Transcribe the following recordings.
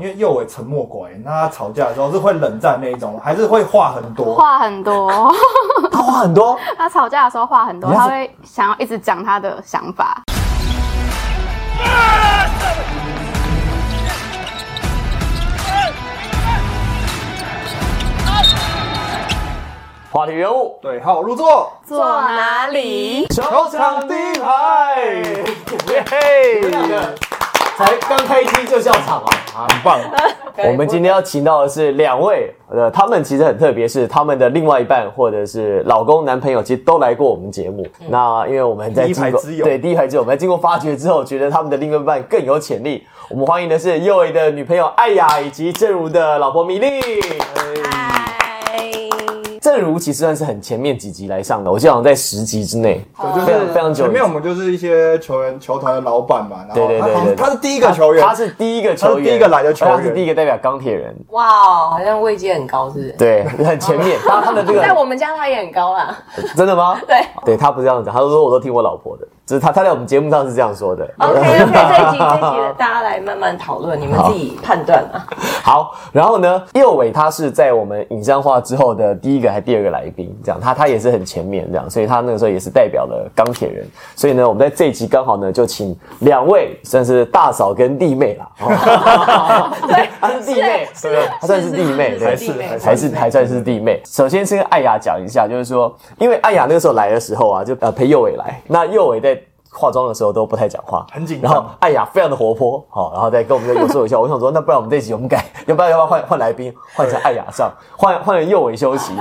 因为右尾沉默寡言，那他吵架的时候是会冷战那一种，还是会话很 多？话很多，他话很多，他吵架的时候话很多，你要他是会想要一直讲他的想法。话题人物，对，好，入座，坐哪里？球场第一排。耶嘿！才刚开机就笑场啊！啊，很 棒！我们今天要请到的是两位，呃，他们其实很特别，是他们的另外一半或者是老公、男朋友，其实都来过我们节目。嗯那因为我们在第一排经过之友对第一排之友，我们在经过发掘之后，觉得他们的另外一半更有潜力。我们欢迎的是右伟的女朋友艾雅，以及正如的老婆米粒。正如其实算是很前面几集来上的，我记得好像在十集之内，就是非常非常久前以前。面我们就是一些球员球团的老板嘛，然后对对他对好像对对他是第一个球员，他是第一个球员，他是第一个来的球员而且他是第一个代表钢铁人，哇哦，好像位阶很高，是不是？对，很前面。他他的 这在个我们家他也很高啦。真的吗？对对他不是这样讲，他说我都听我老婆的，只是他他在我们节目上是这样说 的。 OK OK，这一集这一 集的大家来慢慢讨论，你们自己判断啊。好，然后呢，右伟他是在我们影像化之后的第一个还第二个来宾，这样他他也是很前面这样，所以他那个时候也是代表了钢铁人，所以呢，我们在这一集刚好呢就请两位算是大嫂跟弟妹啦，哦、 对，她是弟妹，对对，她算是弟妹，对是是弟妹还是还算是弟妹。首先先跟艾雅讲一下，就是说，因为艾雅那个时候来的时候啊，就呃陪右伟来，那右伟在。化妆的时候都不太讲话，很紧然张后艾雅非常的活泼，好、然后再跟我们再有说有笑。我想说，那不然我们这一集我们改，要不然要不然换换来宾，换成艾雅上，换换成右尾休息。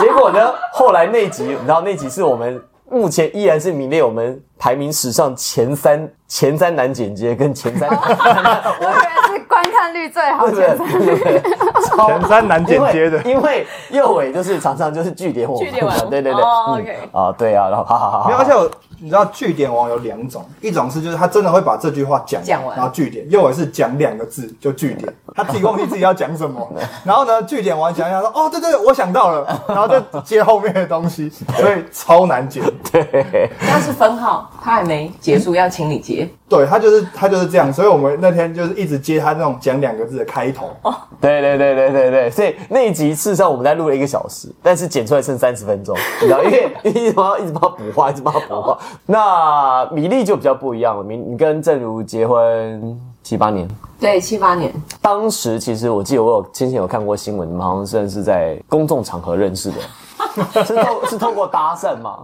结果呢，后来那集，你知道那集是我们目前依然是名列我们排名史上前三前三难剪接跟前三我觉得是观看率最好对不的。对？超前三难剪接的，因为因为右尾就是常常就是据点我们据点我 对对对，哦嗯 OK 啊对啊，然后好好好没有，好而且我你知道据点王有两种，一种是就是他真的会把这句话讲讲完然后据点，又有是讲两个字就据点，他自己忘记自己要讲什么，然后呢据点王想一想说哦对对对我想到了，然后再接后面的东 西，所以超难解。对，那是分号，他还没结束，要请你结。对他就是他就是这样，所以我们那天就是一直接他那种讲两个字的开头， 哦对对对对对对，所以那一集事实上我们在录了一个小时，但是剪出来剩三十分钟， 你知道，因为因为一直帮他一直帮他补话，一直帮他补哦话。那米粒就比较不一样了，米你跟正如结婚七八年，对，七八年，当时其实我记得我有之前有看过新闻，你们好像算是在公众场合认识 的，是透是透过搭讪吗？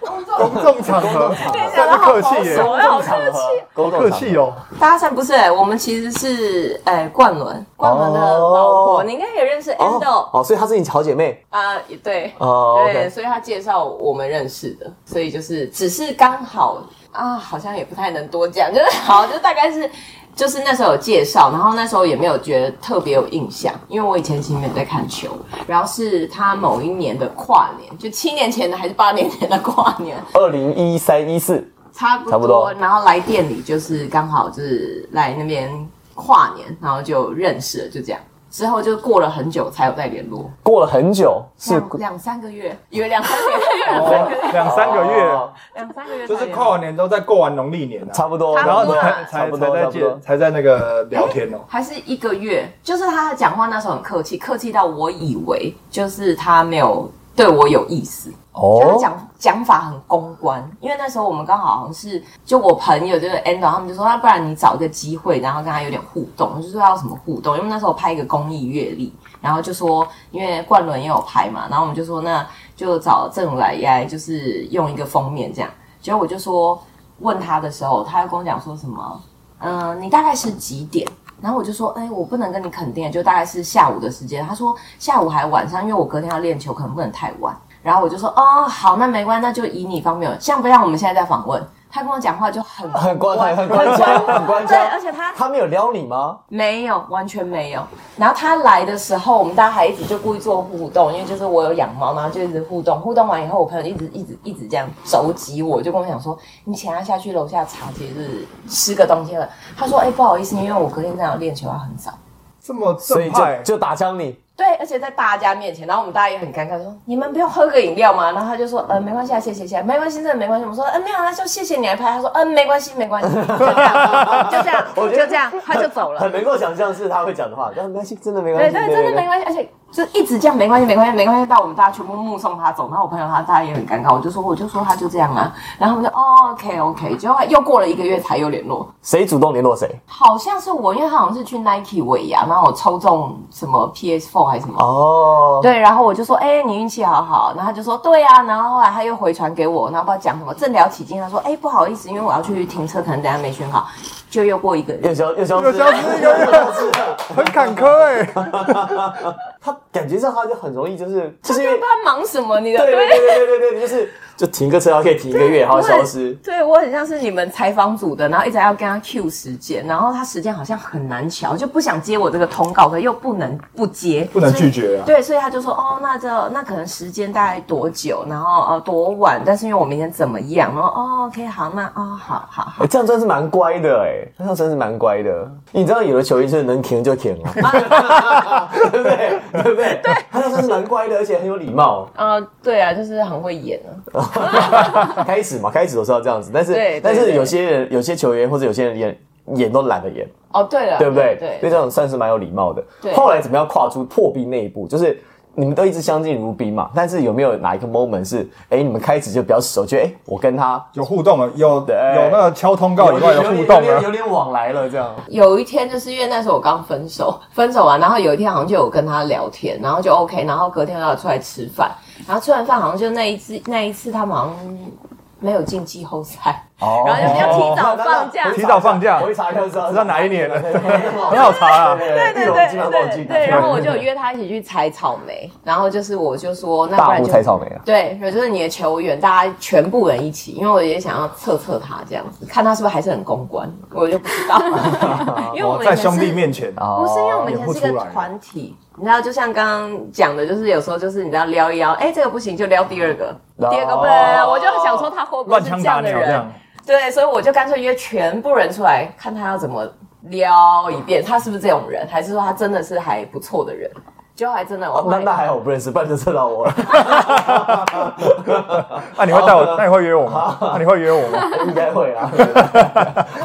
公众场合，算是客气耶，我好场合，公众客场合气。哦。搭讪不是、欸，我们其实是哎、欸冠伦，冠伦的老婆，哦你应该也认识 a n d o 哦哦，所以她是你好姐妹啊、对，哦对 OK 所以他介绍我们认识的，所以就是只是刚好啊，好像也不太能多讲，就是 好，就大概是就是那时候有介绍，然后那时候也没有觉得特别有印象，因为我以前其实没有在看球，然后是他某一年的跨年，就七年前的还是八年前的跨年， 二零一三一四，差不多，差不多然后来店里就是刚好就是来那边跨年，然后就认识了，就这样。之后就过了很久才有再联络，过了很久，是两两三个月，以为两三个月，两三个月哦两三个月，哦两三个月就是跨完年之后再过完农历年啊，差不多，差不然多后啦才差才不多才在差不多见才在那个聊天哦。还是一个月，就是他讲话那时候很客气，客气到我以为就是他没有对我有意思，就他哦，讲讲法很公关。因为那时候我们刚好好像是就我朋友就是 Ando，他们就说啊那不然你找一个机会，然后跟他有点互动，我就说啊要什么互动，因为那时候我拍一个公益阅历，然后就说因为冠伦也有拍嘛，然后我们就说那就找郑来来就是用一个封面这样，结果我就说问他的时候，他又跟我讲说什么。嗯，你大概是几点？然后我就说，哎、我不能跟你肯定，就大概是下午的时间。他说下午还晚上，因为我隔天要练球，可能不能太晚。然后我就说，哦，好，那没关系，那就以你方面，像不像我们现在在访问？他跟我讲话就很很关很关腔，很关 对，腔而。且他他没有撩你吗？没有，完全没有。然后他来的时候，我们大家还一直就故意做互动，因为就是我有养猫，然后就一直互动。互动完以后，我朋友一直一直一直这样肘击我，就跟我讲说：“你请他下去楼下茶街，就是吃个东西啊了。”他说：“哎、不好意思，因为我隔天这样练球要很早。这么所以正就派，就打枪你，对，而且在大家面前，然后我们大家也很尴尬，说你们不用喝个饮料吗？然后他就说，呃，没关系啊，谢谢谢谢，没关系，真的没关系。我们说，嗯、没有啊，就谢谢你来拍。他说，嗯、没关系没关系，就这样，就这样，我觉就得这样，他就走了。很能够想象是他会讲的话，但没关系，真的没关对系，对，真的没关系，而且就一直这样没关系，没关系，没关系，到我们大家全部目送他走，然后我朋友他大家也很尴尬，我就说我就说他就这样啊，然后我们就哦 OK OK，结果又过了一个月才又联络，谁主动联络谁好像是我，因为他好像是去 Nike 尾牙，然后我抽中什么 PS4 还是什么。哦。对，然后我就说，哎、你运气好好。然后他就说，对啊。然后后来他又回传给我，然后不知道讲什么，正聊起劲，他说，哎、不好意思，因为我要去停车，可能等下没讯号，就又过一个月。又消又消又消失一个月，很坎坷哎、他感觉上他就很容易就是就是因不为 知道他忙什么，你的对对对对对对，就是就停个车，然后可以停一个月，然后消失。对我很像是你们采访组的，然后一直要跟他 Q 时间，然后他时间好像很难瞧，就不想接我这个通告，可又不能不接，不能所以拒绝啊对，所以他就说哦，那这那可能时间大概多久，然后呃多晚，但是因为我明天怎么样，然后哦 OK 好，那哦好好好。哎、这样真是蛮乖的哎、这样真是蛮乖的。你知道有的球衣是能停就停哦，啊对 不对？对不对？对，他这样算是蛮乖的，而且很有礼貌。呃，对啊，就是很会演啊。开始嘛，开始都是要这样子，但是对对但是对有些人、有些球员或者有些人演演都懒得演，哦，对了，对不对？所对以这种算是蛮有礼貌的。对后来怎么样跨出破冰那一步？就是你们都一直相敬如宾嘛，但是有没有哪一个 moment 是，哎，你们开始就比较熟，觉得哎，我跟他有互动了，有对有那个敲通告以外的有互点动啊有点了，有点往来了这样。有一天，就是因为那时候我刚分手，分手完，然后有一天好像就有跟他聊天，然后就 OK，然后隔天要出来吃饭，然后吃完饭好像就那一次那一次他们好像没有进季后赛，哦然后就比较提早放假提早放假我一查就知道知道哪一年了对对对很好查啊。对对对，基本上都有记得对，然后我就有约他一起去采草莓，然后就是我就说那不大然雾就采草莓啊。对，就是你的球员，大家全部人一起，因为我也想要测测他这样子，看他是不是还是很公关，我就不知道，因为我哦们以在前兄弟是面前，哦不是因为我们以哦演不前是出一个来团体，你知道，就像刚刚讲的，就是有时候就是你知道撩一撩，哎、这个不行就撩第二个，哦第二个不能，我就想说他会不会乱是这枪样打的鸟这样人？，对，所以我就干脆约全部人出来，看他要怎么撩一遍，他是不是这种人，还是说他真的是还不错的人？就还真的，我哦后那来那还好，我不认识，不然就知道我了，那你会带我？那你会约我吗？那你会约我吗？应该会啊，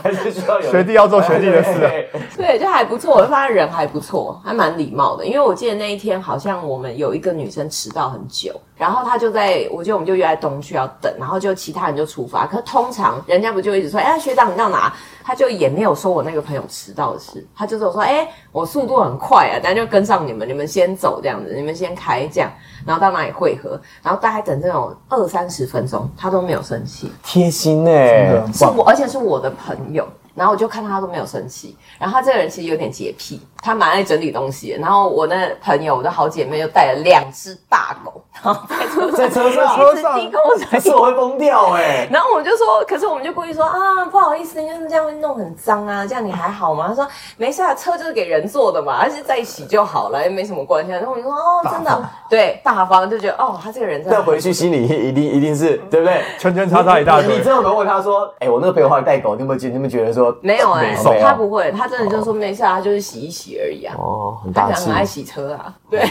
还是需要有学弟要做学弟的事啊对。对对对，就还不错，我就发现人还不错，还蛮礼貌的。因为我记得那一天好像我们有一个女生迟到很久，然后她就在，我记得我们就约在东区要等，然后就其他人就出发。可通常人家不就一直说，哎、学长你到哪？她就也没有说我那个朋友迟到的事，她就是说，哎、我速度很快啊，但就跟上你们，你们先走这样子，你们先开这样，然后到哪里汇合，然后大概等这种二三十分钟，她都没有生气。贴心哎、真的是我，而且是我的朋友。然后我就看他都没有生气，然后他这个人其实有点洁癖，他蛮爱整理东西的。然后我那朋友，我的好姐妹就带了两只大狗， 然后在车在上车上，车一直上滴口水还是我会疯掉哎、然后我们就说，可是我们就故意说啊，不好意思，就是这样会弄很脏啊，这样你还好吗？他说没事啊，车就是给人坐的嘛，而且在一起就好了，也没什么关系啊。然后我们就说哦，真的，对，大方就觉得哦，他这个人真的但回去心里一定一定是对不对？圈圈叉叉一大你你堆这，种人问他说，哎、我那个朋友后来带狗，你有没有觉你有没有觉得说没有哎、没有啊他不会，他真的就说没事啊，他就是洗一洗而已啊。哦，很大他可能气很，爱洗车啊，对，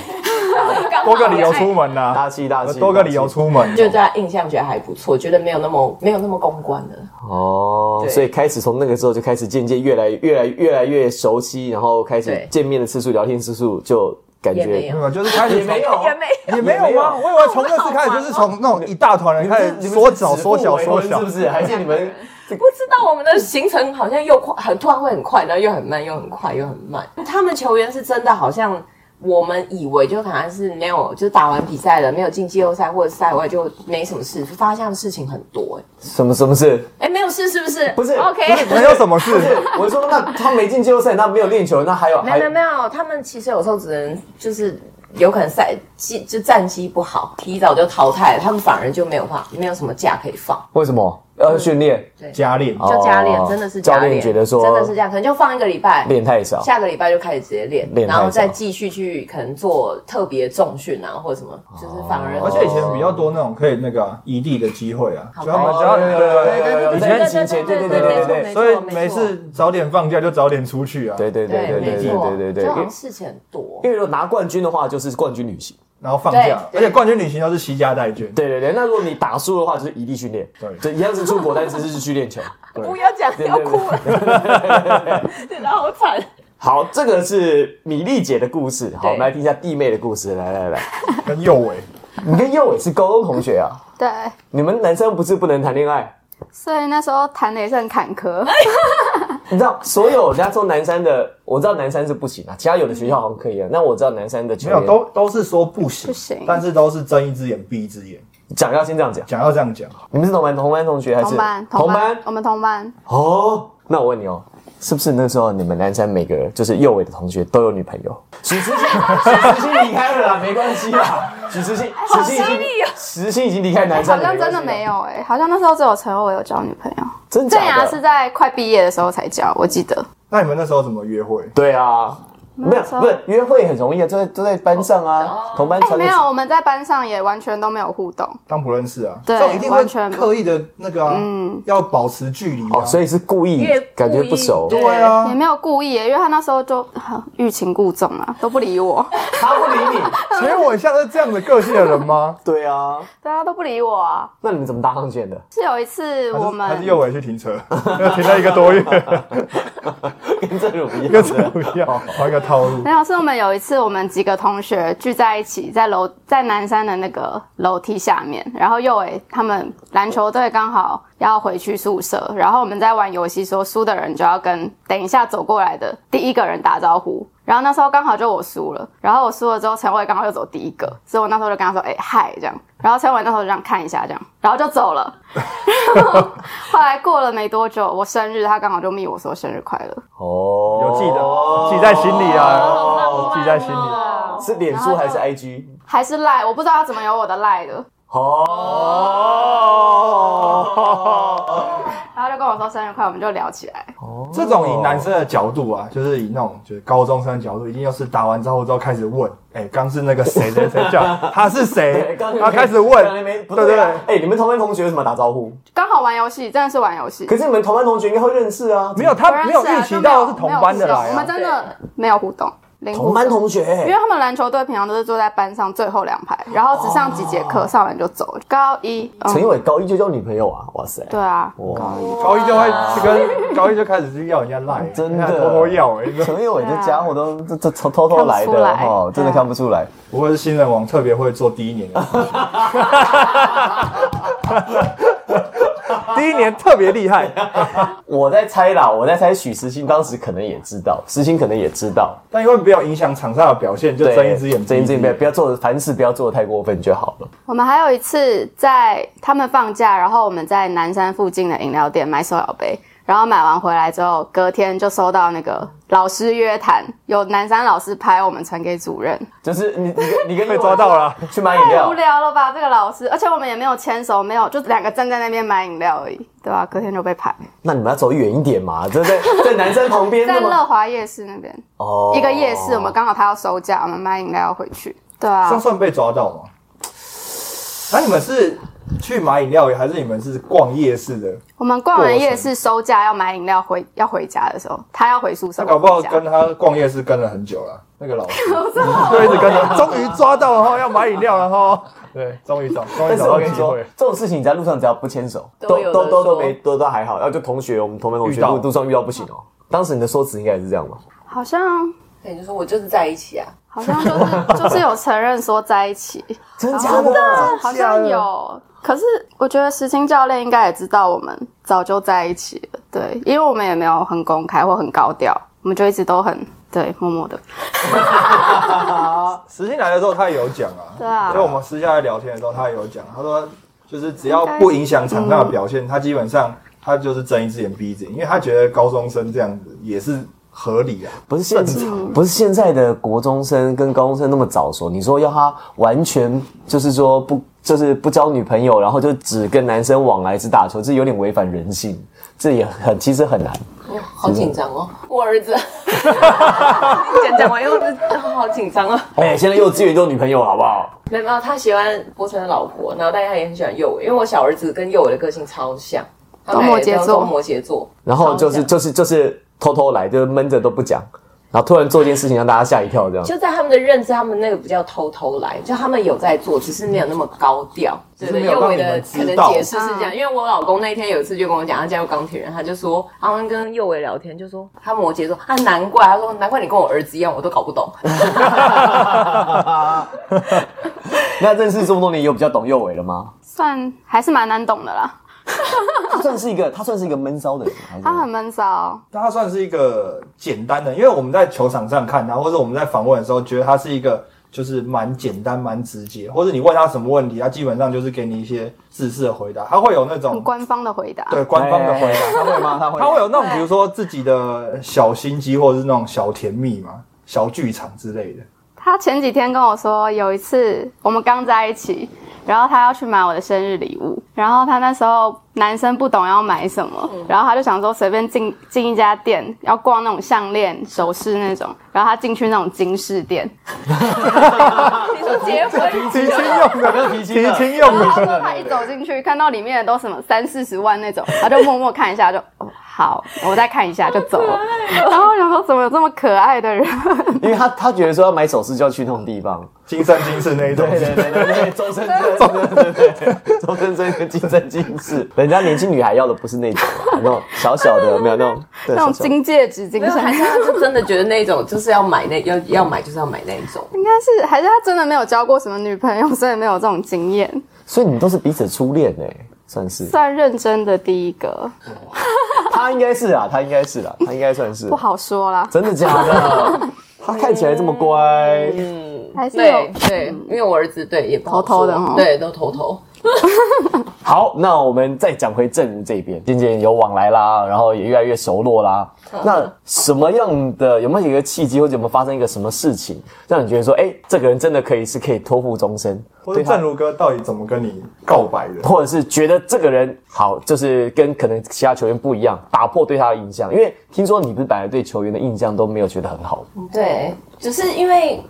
刚好多个理由出门呐，大气大气，多个理由出门，就在印象觉得还不错，觉得没有那么没有那么公关的。哦，对所以开始从那个时候就开始渐渐越来越来越来越熟悉，然后开始对见面的次数、聊天次数就感觉也没有没有，就是开始也没有，也没也没有吗？我以为从那次开始就是从那种一大团人开是始哎你们缩是小、指缩小、腹为缩婚小是不，是？还是你们不知道我们的行程好像又快，很突然会很快，然后又很慢，又很快，又很慢。他们球员是真的好像我们以为就可能是没有，就是打完比赛了，没有进季后赛或者赛外就没什么事，发现他们事情很多、 什么什么事？哎、哎，没有事是不是？不是，OK，没有什么事不。是，我说那他没进季后赛，那没有练球，那还有没有还没有没有，他们其实有时候只能就是有可能赛绩就战绩不好，提早就淘汰了，他们反而就没有话没有什么假可以放。为什么？呃，训练加练，就加练哦，真的是教加练练，觉得说真的是这样，可能就放一个礼拜，练太少，下个礼拜就开始直接练，练太然后再少继续去可能做特别重训啊，或者什么，哦就是反而哦而且以前比较多那种可以那个啊移地的机会啊，好就他们哦只要对对对以前很勤俭，对对对对对对没错所以没错每次早点放假就早点出去啊，对对对对没对错，对对对，就因好为像事情很多因，为如果拿冠军的话，就是冠军旅行。然后放假，而对且冠军旅行都是惜家带 眷，对对对，那如果你打输的话，就是异地训练，对就一样是出国，但是是去练球。不要讲对要对对哭了， 真的好惨。好，这个是米粒姐的故事，好，对我们来听一下弟妹的故事。来来来，跟右尾你跟佑伟是高中同学啊？对，你们男生不是不能谈恋爱？所以那时候谈的也是很坎坷。你知道，所有人家说南山的，我知道南山是不行啊，其他有的学校好像可以啊。那我知道南山的球没有员，都都是说不行，不行但是都是睁一只眼闭一只眼，讲要先这样讲，讲要这样讲，你们是同班同班同学还是同班，同班？我们同班，哦，那我问你哦，是不是那时候你们南山每个就是右伟的同学都有女朋友？许思欣，许思欣离开了啦，没关系啦。许思欣，许思欣已经，许欣已经离开南山好了，像真的关系啦没，有哎、好像那时候只有陈欧伟有交女朋友，真郑雅假啊是的？在快毕业的时候才交，我记得。那你们那时候怎么约会？对啊。没有那时，候不是约会很容易啊，都在都在班上啊，同班哎、传个没有，我们在班上也完全都没有互动，当不认识啊，对这种一定会完全刻意的那个啊，要保持距离啊哦，，所以是故意越故意感觉不熟，对对啊嗯也，没有故意、欸，因为他那时候就、啊欲擒故纵啊，都不理 我，他不理你。？所以我像是这样的个性的人吗 对啊，对啊，都不理我啊。那你们怎么搭上线的？ 是有一次还是我还们是右尾去停车，停了一个多月，跟郑如一跟样这的。不一样，换一个套路。没有，是我们有一次，我们几个同学聚在一起，在楼在南山的那个楼梯下面，然后右伟他们篮球队刚好要回去宿舍，然后我们在玩游戏，说输的人就要跟等一下走过来的第一个人打招呼。然后那时候刚好就我输了，然后我输了之后，陈伟刚好又走第一个，所以我那时候就跟他说：“哎、嗨，这样。”然后陈伟那时候就这样看一下，这样，然后就走了。 后来过了没多久，我生日，他刚好就密我说生日快乐。哦有记得，记在心里啊，记在心里。哦是脸书还是 IG？还是赖，我不知道他怎么有我的赖的。哦，然后就跟我说生日快，我们就聊起来。这种以男生的角度啊，就是以那种就是高中生的角度，一定要是打完招呼之后开始问，哎，刚是那个谁谁谁叫他是谁，然后开始哎刚才问，没不对对对啊！哎，你们同班同学有什么打招呼？刚好玩游戏，真的是玩游戏。可是你们同班同学应该会认识啊，没有不他认没识啊有预期到是同班的就没有来我啊，们真的没有互动，零互动同班。同学因欸为。他们篮球队平常都是坐在班上最后两排，然后只上几节课，上完就走。高一，陈嗯，友伟高一就交女朋友啊！哇塞，对啊，哇，高一就会跟高一就开始去要人家赖，真人的家偷偷要哎，真的陈友伟这家伙都这这偷偷偷啊看不来出的来哦，真的对啊看不出来。不会是新人王特别会做第一年的事情，第一年特别厉害，我在猜啦，我在猜许思欣当时可能也知道，思欣可能也知道，但因为不要影响场上的表现，就睁一只眼睁一只眼，不要闭一不要做，凡事不要做的太过分就好了。我们还有一次在他们放假，然后我们在南山附近的饮料店买手摇杯，然后买完回来之后，隔天就收到那个老师约谈，有南山老师拍我们传给主任，就是你你跟你跟 被抓到了，去买饮太无 料，聊了吧，这个老师，而且我们也没有牵手，没有，就两个站在那边买饮料而已，对吧、隔天就被拍，那你们要走远一点嘛，对不对？在男生旁边在那么乐华夜市那边、哦一个夜市，我们刚好他要收假，我们买饮料回去。这对样啊，算被抓到吗？那、你们是去买饮料，还是你们是逛夜市的？我们逛完夜过市收假要买饮料回要回家的时候，他要回宿舍，他搞不好我回家跟他逛夜市跟了很久了，那个老师就一直跟着，终于抓到了哈，要买饮料了哈。 对，终于找，终于但是找我到跟你机说会，，这种事情你在路上只要不牵手，都都有都的都都说没都都还好。要就同学，我们同班同学遇到路路上遇到不行哦。当时你的说辞应该也是这样吧？好像对，就说我就是在一起啊，好像就是就是 有承认说在一起，真的假的？好像有。可是我觉得石青教练应该也知道我们早就在一起了，对，因为我们也没有很公开或很高调，我们就一直都很对默默的。实信来的时候他也有讲啊，对啊所以我们私下在聊天的时候他也有讲，他说就是只要不影响场上的表嗯现，他基本上他就是睁一只眼闭一只眼，因为他觉得高中生这样子也是合理啊。不是现嗯不是现在的国中生跟高中生那么早熟，你说要他完全就是说不就是不交女朋友，然后就只跟男生往来只打球，这有点违反人性，这也很其实很难。哇好紧张哦，我儿 子。讲讲完以后，我就好紧张哦。哎、现在幼稚园都有女朋友好不好？没有，没有，他喜欢博成的老婆，然后但他也很喜欢佑伟，因为我小儿子跟佑伟的个性超像，他都们摩羯两个座都摩羯座，然后就超是像就是就是偷偷来，就是闷着都不讲，然后突然做一件事情让大家吓一跳，这样。就在他们的认知，他们那个比较偷偷来，就他们有在做，只是没有那么高调。对对，是因没有为我让你的们可能知道解释是这样，因为我老公那天有一次就跟我讲，他加入钢铁人，他就说，然后跟佑伟聊天，就说他摩羯座，啊难怪，他说难怪你跟我儿子一样，我都搞不懂。 那认识这么多年，有比较懂右伟了吗？算还是蛮难懂的啦。他算是一个，他算是一个闷骚的人，还是他啊很闷骚，但他算是一个简单的，因为我们在球场上看他，或者我们在访问的时候，觉得他是一个就是蛮简单、蛮直接，或者你问他什么问题，他基本上就是给你一些自式的回答，他会有那很种官方的回答。对官方的回答，他会吗？他会，他会有那种比如说自己的小心机，或者是那种小甜蜜嘛、小剧场之类的。他前几天跟我说，有一次我们刚在一起，然后他要去买我的生日礼物，然后他那时候男生不懂要买什么，然后他就想说随便进进一家店，要逛那种项链、首饰那种，然后他进去那种金饰店， 你说结婚提亲用的，提亲用然后他的，说他一走进去，看到里面的都什么三四十万那种，他就默默看一下就，哦好，我再看一下就走了。然后我想说，怎么有这么可爱的人？因为他他觉得说要买首饰就要去那种地方，金山金饰那一种。对对对，周深真，对对对，周深真跟金正金是，人家年轻女孩要的不是那种啊那种小小的，有没有那种对那种小小的金戒指、金没有，项还是链。他 就真的觉得那种就是要买那要要买就是要买那一种。应该是还是他真的没有交过什么女朋友，所以没有这种经验。所以你们都是彼此初恋哎、算是，算认真的第一个，他应该是啊，他应该是啦、他应该算是不，好说啦，真的假的？他看起来这么乖，还是有对对，因为我儿子对也不好偷偷的说哦对，都偷偷。好，那我们再讲回正如这边，渐渐有往来啦，然后也越来越熟络啦。那什么样的有没有一个契机，或者有没有发生一个什么事情，让你觉得说，哎、这个人真的可以是可以托付终身？或者他正如哥到底怎么跟你告白的？或者是觉得这个人好，就是跟可能其他球员不一样，打破对他的印象。因为听说你不是本来对球员的印象都没有觉得很好，对，就是因为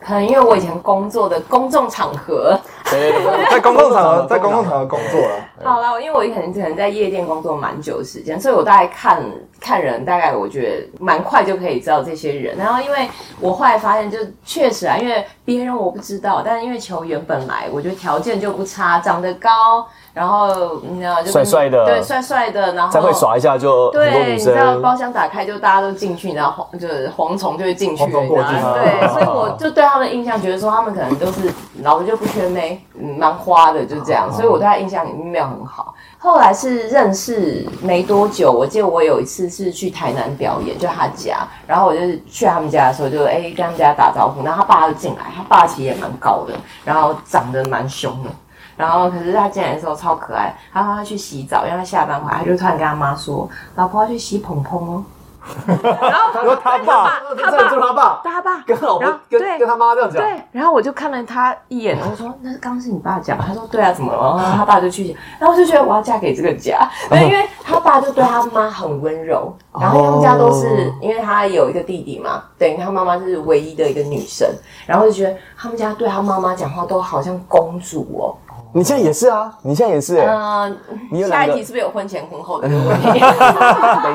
可能因为我以前工作的公众场合，对对对，在公共场合，在公共场合工作啊了。好啦，因为我可能可能在夜店工作蛮久的时间，所以我大概看看人，大概我觉得蛮快就可以知道这些人。然后因为我后来发现，就确实啊，因为别人我不知道，但因为球员本来我觉得条件就不差，长得高，然后你知道就帅帅的对，帅帅的，然后再会耍一下就很多对，女你知道生。包厢打开就大家都进去，然后蝗就是蝗虫就会进去，蝗虫过境然后啊对，所以我就对他们的印象觉得说他们可能就是老子就不缺妹，嗯，蛮花的就这样，所以我对他印象没有很好。后来是认识没多久，我记得我有一次是去台南表演，就他家，然后我就是去他们家的时候就哎、跟他们家打招呼，然后他爸就进来，他爸其实也蛮高的，然后长得蛮凶的。然后可是他进来的时候超可爱，他说他去洗澡，因为他下班回来，他就突然跟他妈说：“老婆要去洗蓬蓬哦。”他说他爸，他爸，他爸他爸，跟老然后对他妈这样对，然后我就看了他一眼，我就说：“那刚刚是你爸讲。”他说：“对啊，怎么了？”然后他爸就去洗，然后我就觉得我要嫁给这个家，对，因为他爸就对他妈很温柔，然后因为他们家都是因为他有一个弟弟嘛，等于他妈妈是唯一的一个女生，然后就觉得他们家对他妈妈讲话都好像公主哦，你现在也是啊，你现在也是、欸。嗯你有，下两一个题是不是有婚前婚后 的问题？等一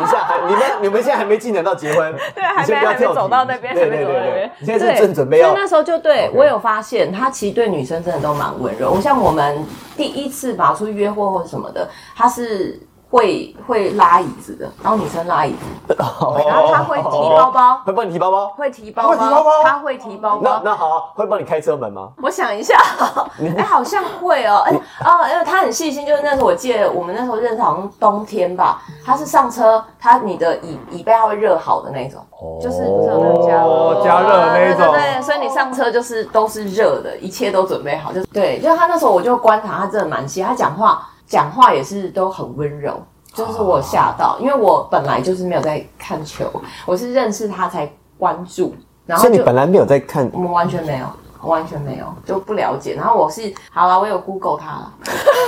下，还你们你们现在还没进展到结 婚，对，还没啊还没走 到那边，还对没对走对到那对边，。你现在对是正准备要所以那时候就对我有发现，他其实对女生真的都蛮温柔。像我们第一次吧，出去约会或者什么的，他是会会拉椅子的，然后女生拉椅子，然哦后他会提包包，会帮你提包包。会提包会提包包，包他会提包包那。那好、啊，会帮你开车门吗？我 想一下，哎、好像会哦，哎、哦，因为他很细心，就是那时候我记得我们那时候认识，好像冬天吧，他是上车，他你的椅椅背他会热好的那种，就是不是有那种加哦加热的那一种对对对，所以你上车就是都是热的，一切都准备好，就是对，就是他那时候我就观察他真的蛮细，他讲话讲话也是都很温柔。就是我有吓到，因为我本来就是没有在看球，我是认识他才关注，然后所以就你本来没有在看哦我们完全没有，完全没有，就不了解。然后我是好了，我有 Google 它了，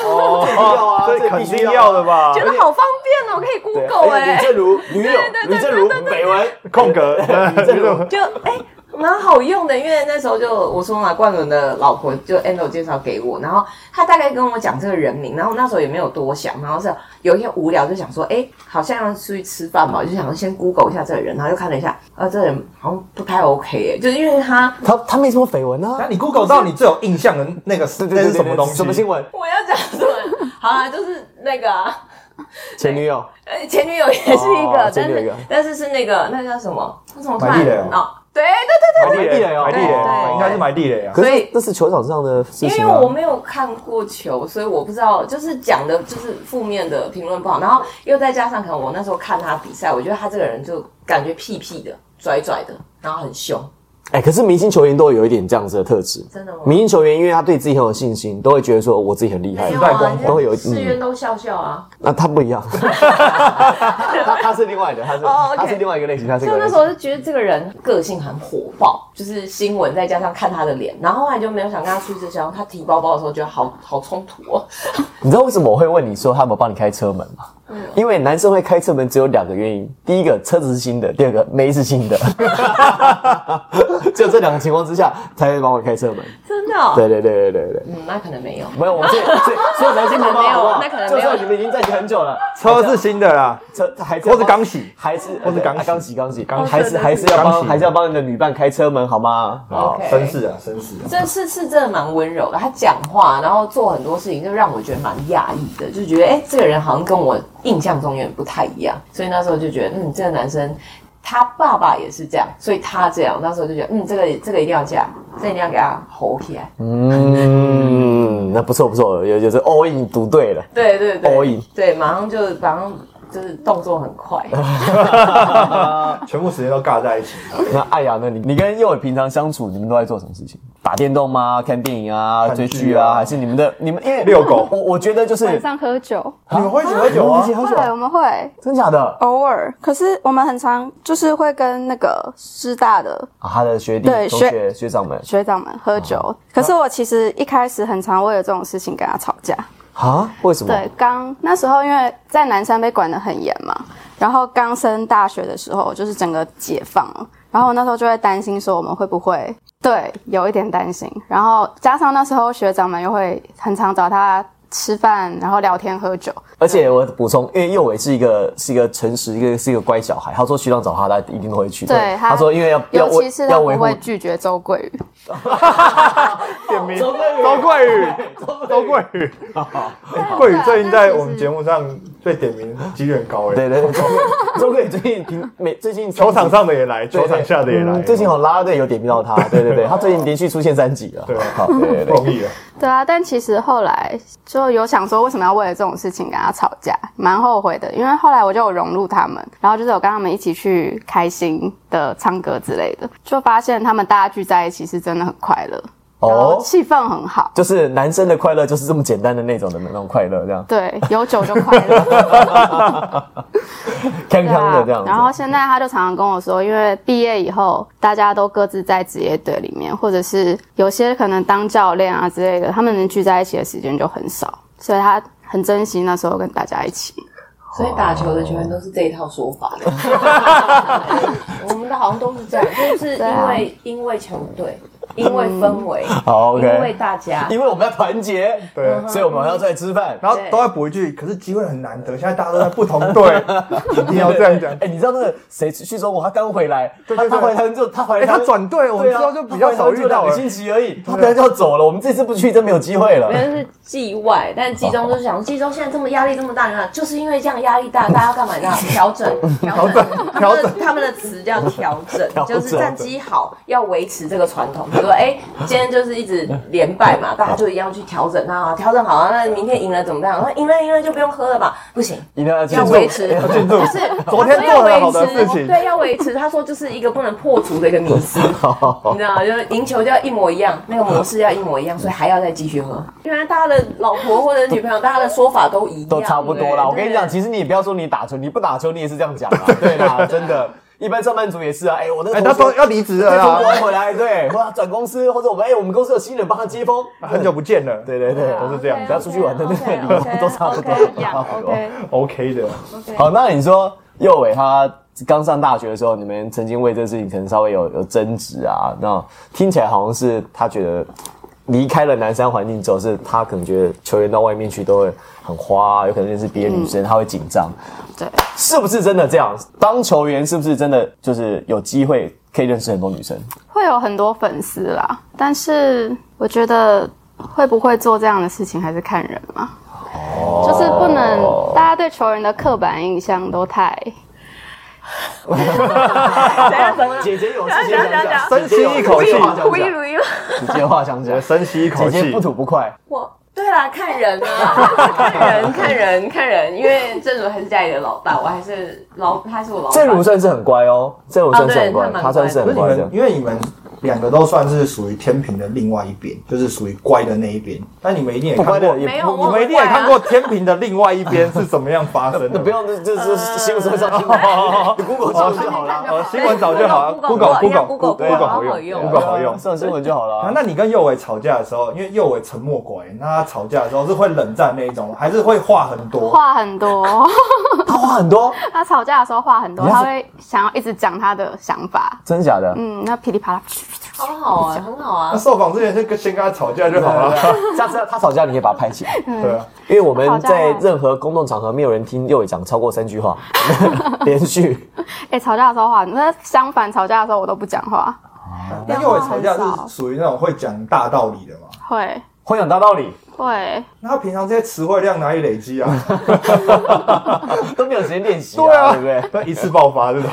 哦，啊这这肯必须定要要的吧？觉得好方便哦，我可以对 Google 而且哎、李正如女友，李正如美文，空格，这种就哎。蛮好用的，因为那时候就我说嘛，冠伦的老婆就 Endo 介绍给我，然后他大概跟我讲这个人名，然后我那时候也没有多想，然后是有一天无聊就想说，哎、好像要出去吃饭吧，我就想说先 Google 一下这个人，然后就看了一下，呃，这个人好像不太 OK，、欸、就是因为他他他没什么绯闻啊那。你 Google 到你最有印象的那个是对那对对是对，什么东西？什么新闻？我要讲什么？ 好啊，就是那个、啊， 前女友。呃，前女友也是一个，哦但前女友一是个但是是那个那叫什么？那什么突买地然雷哦哦，对对埋买地地雷雷哦埋地对雷，对应该是埋地雷啊。可所是以这是球场上的事对对，情因为啊我。没有看过球，所以我不知道，就是讲的就是负面的评论不好，然后又再加上可能我那时候看他比赛，我觉得他这个人就感觉屁屁的、拽拽的，然后很凶，哎，可是明星球员都有一点这样子的特质。真的吗？明星球员，因为他对自己很有信心，都会觉得说我自己很厉害没。有代光啊，环都有你世嗯渊都笑笑啊。那他不一 样，他他是另外的，他是、哦，OK 他是另外一个类型，他是就另外那一时个类候就觉得这个人个性很火爆，就是新闻再加上看他的脸，然后后来就没有想跟他出去这项。他提包包的时候觉得好好冲突哦。型。你知道为什么我会问你说他有没有帮你开车门吗？嗯因为男生会开车门只有两个原因，第一个车子是新的，第二个妹是新的， 只有这两个情况之下才会帮我开车门。真的、哦？对对对对对对。嗯，那可能没有。没有，我这这所有男生同胞好不好那 可能没有那可能没就有算你们已经在一起很久了，车是新的啦，车还或是刚洗还是或是刚洗啊刚洗刚洗刚洗还是还是要刚帮洗还是要帮你的女伴开车门好吗？好 OK 绅士啊，绅士啊。这是是真的蛮温柔的，他讲话，然后做很多事情，就让我觉得蛮讶异的，就觉得哎、这个人好像跟我印象中有点不太一样，所以那时候就觉得，嗯，这个男生他爸爸也是这样，所以他这样，那时候就觉得，嗯，这个这个一定要这样，这一定要给他吼起来。嗯，那不错不错，有有是 all in 读对了。对对 All in 对，对，马上就马上 就是动作很快。全部时间都尬在一起。 那艾雅呢？你你跟佑伟平常相处，你们都在做什么事情？打电动吗？看电影啊？看剧啊追剧啊？还是你们的你们因为遛狗我我觉得就是晚上喝酒，你们会一起喝酒你们啊一起？喝酒对，我们会真假的？偶尔，可是我们很常就是会跟那个师大的啊，他的学弟对同学学学长们学长们喝酒。可是我其实一开始很常为了这种事情跟他吵架。啊？为什么？对，刚那时候因为在南山被管得很严嘛，然后刚升大学的时候就是整个解放了，然后那时候就会担心说我们会不会对有一点担心，然后加上那时候学长们又会很常找他吃饭，然后聊天喝酒，而且我补充，因为佑伟是一个是一个诚实，一个是一个乖小孩。他说学长找他，他一定会去。对他他说因为要要尤维其是要他维不护会拒绝周桂宇，点名周桂宇，周桂宇，哎桂宇最近在我们节目上被点名几率很高哎。对对对，周桂宇最近平每最近球场上的也来，对球场下的也来，嗯最近好像啦啦队有点名到他，对对对，他最近连续出现三集了。对好，对 对不对。容易啊。对啊，但其实后来就有想说，为什么要为了这种事情跟他吵架，蛮后悔的。因为后来我就有融入他们，然后就是有跟他们一起去开心的唱歌之类的，就发现他们大家聚在一起是真的很快乐，然后哦，气氛很好。就是男生的快乐就是这么简单的那种的那种快乐，这样对，有酒就快 乐，康对康的啊这样。。子。然后现在他就常常跟我说，因为毕业以后大家都各自在职业队里面，或者是有些可能当教练啊之类的，他们能聚在一起的时间就很少，所以他很珍惜那时候跟大家一起。所以打球的球员都是这一套说法的，我们的好像都是这样，就是对因啊为因为球队，因为氛 围，好因为，OK。大家，因为我们要团结， 对嗯所以我们要出来吃饭。然后都在补一句，可是机会很难得，现在大家都在不同队，一定要这样讲。哎，你知道那个谁去中国，他刚回来，对他对他对回来就他回哎，来他就转队，我们对之啊后就比较少遇到他回来就两个了。星期而已，他等下就要走了。我们这次不去，真没有机会了没。有是季外，但季中就是想，季中现在这么压力这么大，你看就是因为这样压力大，大家要干嘛？你知道调整，调整，调整他们的他们的词叫调调整整，就是战绩好，要维持这个传统。比如说，哎，今天就是一直连败嘛，大家就一样去调整啊，调整好啊，那明天赢了怎么办？那赢了赢了就不用喝了吧？不行，一定要庆要祝维持，不是昨天做了好的事情对，要维持。他说就是一个不能破除的一个迷思，你知道吗？就是赢球就要一模一样，那个模式要一模一样，所以还要再继续喝。原来大家的老婆或者女朋友，大家的说法都一样，都差不多啦。对啊我跟你讲，，其实你也不要说你打球，你不打球你也是这样讲啦。对啦，真的。一般上班族也是啊，哎、我那个哎，同他学说要离职了在中国啊，回来，对，或者转公司，或者我们哎、我们公司有新人帮他接风，很久不见了，对对对，都是这样不要出去玩的那个理由都差不多。一样 OK。 ，OK 的。好，那你说右伟他刚上大学的时候，你们曾经为这事情可能稍微有有争执啊？那听起来好像是他觉得离开了南山环境之后，是他可能觉得球员到外面去都会很花、啊有可能认识别的女生，他会紧张。对，是不是真的这样？当球员是不是真的就是有机会可以认识很多女 生？会有很多粉丝啦，但是我觉得会不会做这样的事情还是看人嘛。就是不能，大家对球员的刻板印象都太姐姐有事情讲讲讲深吸一口气姐姐有话故意想录音了。讲，姐姐有话想讲，深吸一口姐气姐，不吐不快。我对啦，看人啊，看人，看人，看人，因为正如还是家里的老大，我还是老，他是我老大。正如算是很乖哦，正如算是哦对很乖，他蛮他算是可很是你乖的们，。因为你们两个都算是属于天平的另外一边，就是属于乖的那一边。但你们一定也不看乖过，的也没有，你我啊们一定也看过天平的另外一边是怎么样发生的。不用，这这这新闻上上新闻，你 Google 上就好了。呃，新闻早就好了 Google ，Google Google Google 好好用用，Google 好用。上新闻就好啊， 了。那你跟右伟吵架的时候，因为右伟沉默寡言，那他吵架的时候是会冷战那一种，还是会话很多？话很多。 他话很多，他吵架的时候话很多，你要他是会想要一直讲他的想法，真的假的？嗯，那噼里啪啦。很好啊，很好那啊。受访之前先跟先跟他吵架就好了。啊下次他吵架，你可以把他拍起来，对啊，因为我们他吵架在了任何公众场合，没有人听右伟讲超过三句 话，连续。哎、吵架的时候话，那相反吵架的时候我都不讲话，那右伟吵架是属于那种会讲大道理的嘛？会会讲大道理，会那他平常这些词汇量哪里累 积啊？都没有时间练习啊，对不对？对？一次爆发 这种。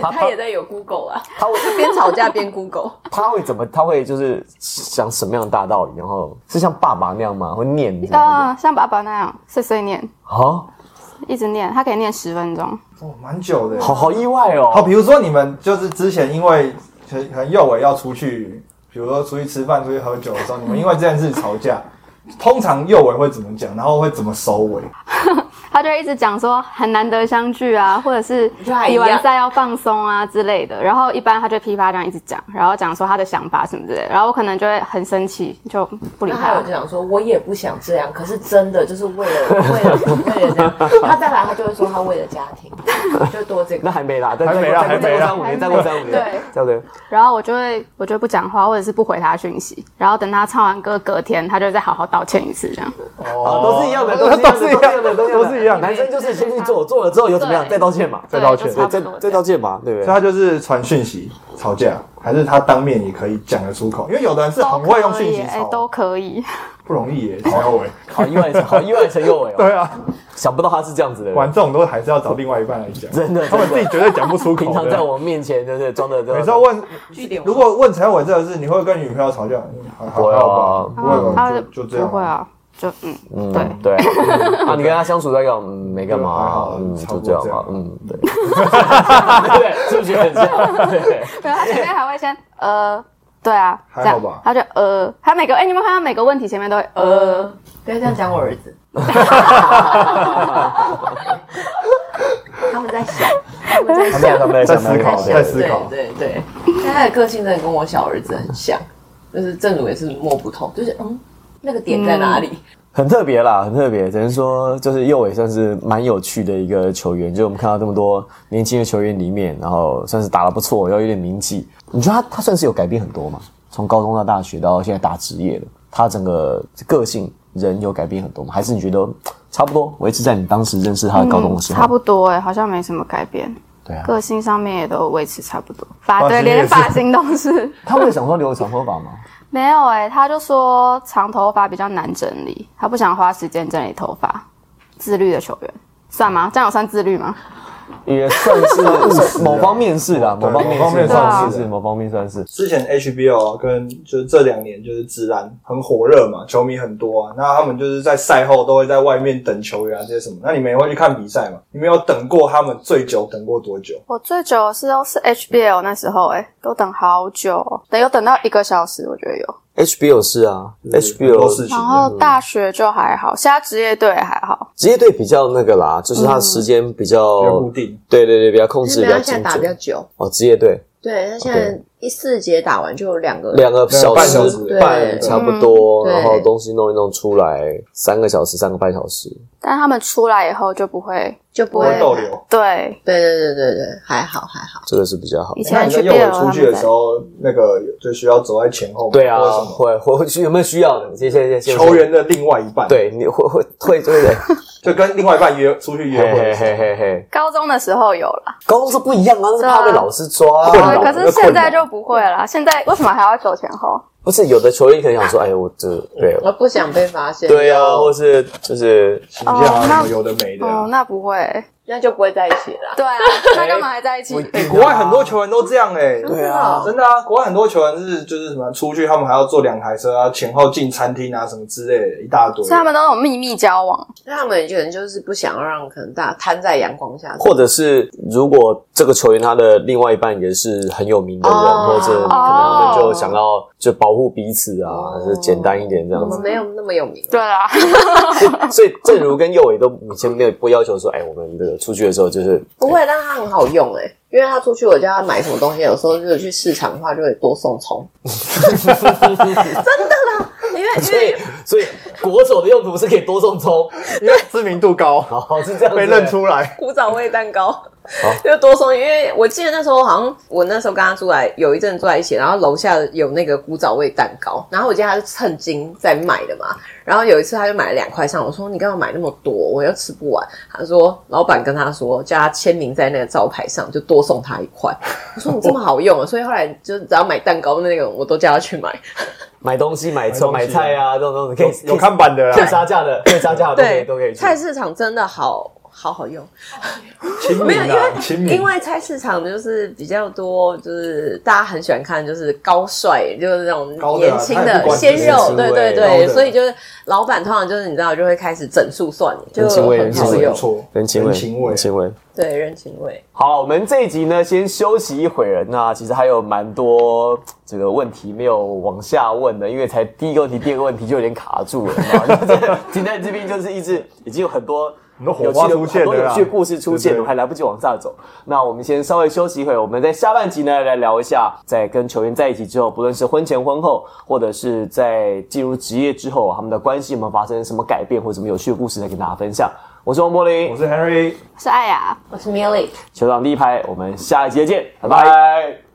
他也在有 Google 啊，他会边吵 架边 Google。他会怎么？他会就是讲什么样的大道理？然后是像爸爸那样吗？会念你这样嗯、像爸爸那样碎碎念，啊？一直念，他可以念十分钟。哦，蛮久的。好好意外好，哦！比如说你们就是之前因为可可能右伟要出去，比如说出去吃饭、出去喝酒的时候，你们因为这件事吵架，通常右伟会怎么讲，然后会怎么收尾？他就一直讲说很难得相聚啊，或者是就还一比样完赛要放松啊之类的。然后一般他就噼啪这样一直讲，然后讲说他的想法什么之类的。然后我可能就会很生气，就不理那他还有 了就。想说，我也不想这样，可是真的就是为 了为了为了这样。他再来，他就会说他为了家 庭，就多这那个。还没啦，但还没啦再还过没啦再过三五年，再过三五年，对，对不对？然后我就会我就不讲话，或者是不回他讯息。然后等他唱完歌隔天，他就再好好道歉一次这样。哦哦，都是一样的，都 都是是一一样样的，的，都是一样的。男生就是先去做，做了之后又怎么样？对再道歉嘛，再对，道歉就差不再多这再样道歉嘛，对不所以对？他就是传讯息吵架，还是他当面也可以讲得出口？因为有的人是很会用讯息都可以哎、都吵，可以。不容易耶，小伟。好意外，好意外，陈佑伟哦， 对啊，想不到他是这样子的玩人，这种都还是要找另外一半来讲，真的 他们自己绝对讲不出口平常在的。我面前就是装的，每次要问据点如果问陈伟这个事，你会跟女朋友吵架？嗯还好不会啊好吧，不会吧？他就就这样。不会啊，就嗯对。对 啊，你跟他相处在干嘛？嗯，没干就还嘛好，嗯，差不就多这样这嘛样，嗯，对， 对不对？是不是觉得很像？对，对，他前面还会先呃，对啊，还这好样吧他就呃，他每个哎、你们看他每个问题前面都会呃，呃，不要这样讲我儿子。 他们在想，他们在他想们。俩他们在在思考，在对思考。对对对，但他的个性真的跟我小儿子很像，就是正如也是摸不透，就是嗯，那个点在哪里？嗯很特别啦，很特别，只能说就是右伟算是蛮有趣的一个球员，就是我们看到这么多年轻的球员里面，然后算是打得不错，然后有点名气。你觉得他他算是有改变很多吗？从高中到大学到现在打职业了，他整个个性人有改变很多吗？还是你觉得嘖差不多维持在你当时认识他的高中的时候？差不多哎、好像没什么改变，对啊，个性上面也都维持差不多，发发对，型也连是发型都是 他会想说留长头发吗？没有哎、他就说长头发比较难整理，他不想花时间整理头发，自律的球员算吗？这样有算自律吗？也算是 某方面是啦，对某方面某方面是算算是是，某方面算是。之前 HBO 啊跟就是这两年就是直男很火热嘛，球迷很多啊。那他们就是在赛后都会在外面等球员啊这些什么。那你们也会去看比赛嘛？你们有等过他们最久等过多久？我最欸哦久是都是 HBL 那时候哎、都等好久，等有等到一个小时，我觉得有。 HBO 是啊很多事，HBO 情然后大学就还好，现在职业队还好。职业队比较那个啦，就是他的时间比较嗯比较固定。对对对，比较控制是比不较要现在精打比较准。久。哦，职业队对，他现在一四节打完就有两个，两个小半小时时半对差不多，嗯对然后东西弄一弄出来，三个小时三个半小时。但他们出来以后就不会，就不不会会逗留。对，对对对对对，还好还好。这个是比较好嗯以。那前你去在幼 B 啊儿了出他去的们时在。候，那个就需要走在前后嘛。对啊或者什，么会会有没有需要的？谢谢谢谢球员。的另外一半，，对，你会会 会会的，就跟另外一半约出去约嘿会的嘿时候，嘿嘿嘿，高中的时候有啦，高中是不一样啊，那是怕被老师抓对啊啊。扰哦可那是个困现扰在就不会啦。现在为什么还要走前后？不是有的球员可能想说，哎，我这对我不想被发现，对啊，或是就是形象啊哦什那么有的没的。哦，那不会。那就不会在一起了。对啊，那干嘛还在一起？欸国外很多球员都这样哎，对啊，哦真的啊，国外很多球员是就是什么出去，他们还要坐两台车啊，前后进餐厅啊什么之类的，一大堆所以。他们都有秘密交往，那他们可能就是不想要让可能大家摊在阳光下，或者是如果这个球员他的另外一半也是很有名的人，哦或者可能他们就想要就保护彼此啊，哦还是简单一点这我样们子。 没有那么有名。对啊啦，所以正如跟右伟都以前没有不要求说，哎，我们的出去的时候就是不会，但它很好用哎、因为他出去我叫他买什么东西，有时候就是去市场的话就会多送葱。真的啦，因为因所为以所以国手的用途是可以多送葱，因为知名度 高，哦，是这样子被认。出 来。古早味蛋糕， 就多送，因为我记得那时候好像我那时候跟他住在有一阵住在一起，然后楼下有那个古早味蛋糕，然后我记得他是称斤在买的嘛，然后有一次他就买了两块上，我说你干嘛买那么多，我又吃不完，他说老板跟他说叫他签名在那个招牌上，就多送他一块，我说你这么好用啊，所以后来就是只要买蛋糕那种我都叫他去 买，买东西、买葱、买买东西啊菜啊，这种东西可有以有看板的啊啊可以啦，杀价的，可以杀价的都可以对都可以，去。菜市场真的好好好用。亲 没民有，因啊，亲为民因。为菜市场就是比较多，就是大家很喜欢看，就是高帅，就是那高种的啊年轻他也不的管鲜肉，年轻味对对高对，的所以就是老板通常就是你知道就会开始整数算，就人情味人很好情味用不，错，人情味，人情味人情味。对人情味。好，我们这一集呢，先休息一会儿。那其实还有蛮多这个问题没有往下问的，因为才第一个问题、第二个问题就有点卡 住了。然后就是停在这边就是一直已经有很多很多火花有趣出现的很多了啦有趣的故事出现对了，对我还来不及往下走。那我们先稍微休息一会儿，我们在下半集呢来聊一下，在跟球员在一起之后，不论是婚前婚后，或者是在进入职业之后，他们的关系有没有发生什么改变，或者什么有趣的故事来跟大家分享。我是王柏林，我是 Henry。 是爱呀。我是 Milly。球场第一排，我们下一节见，拜拜。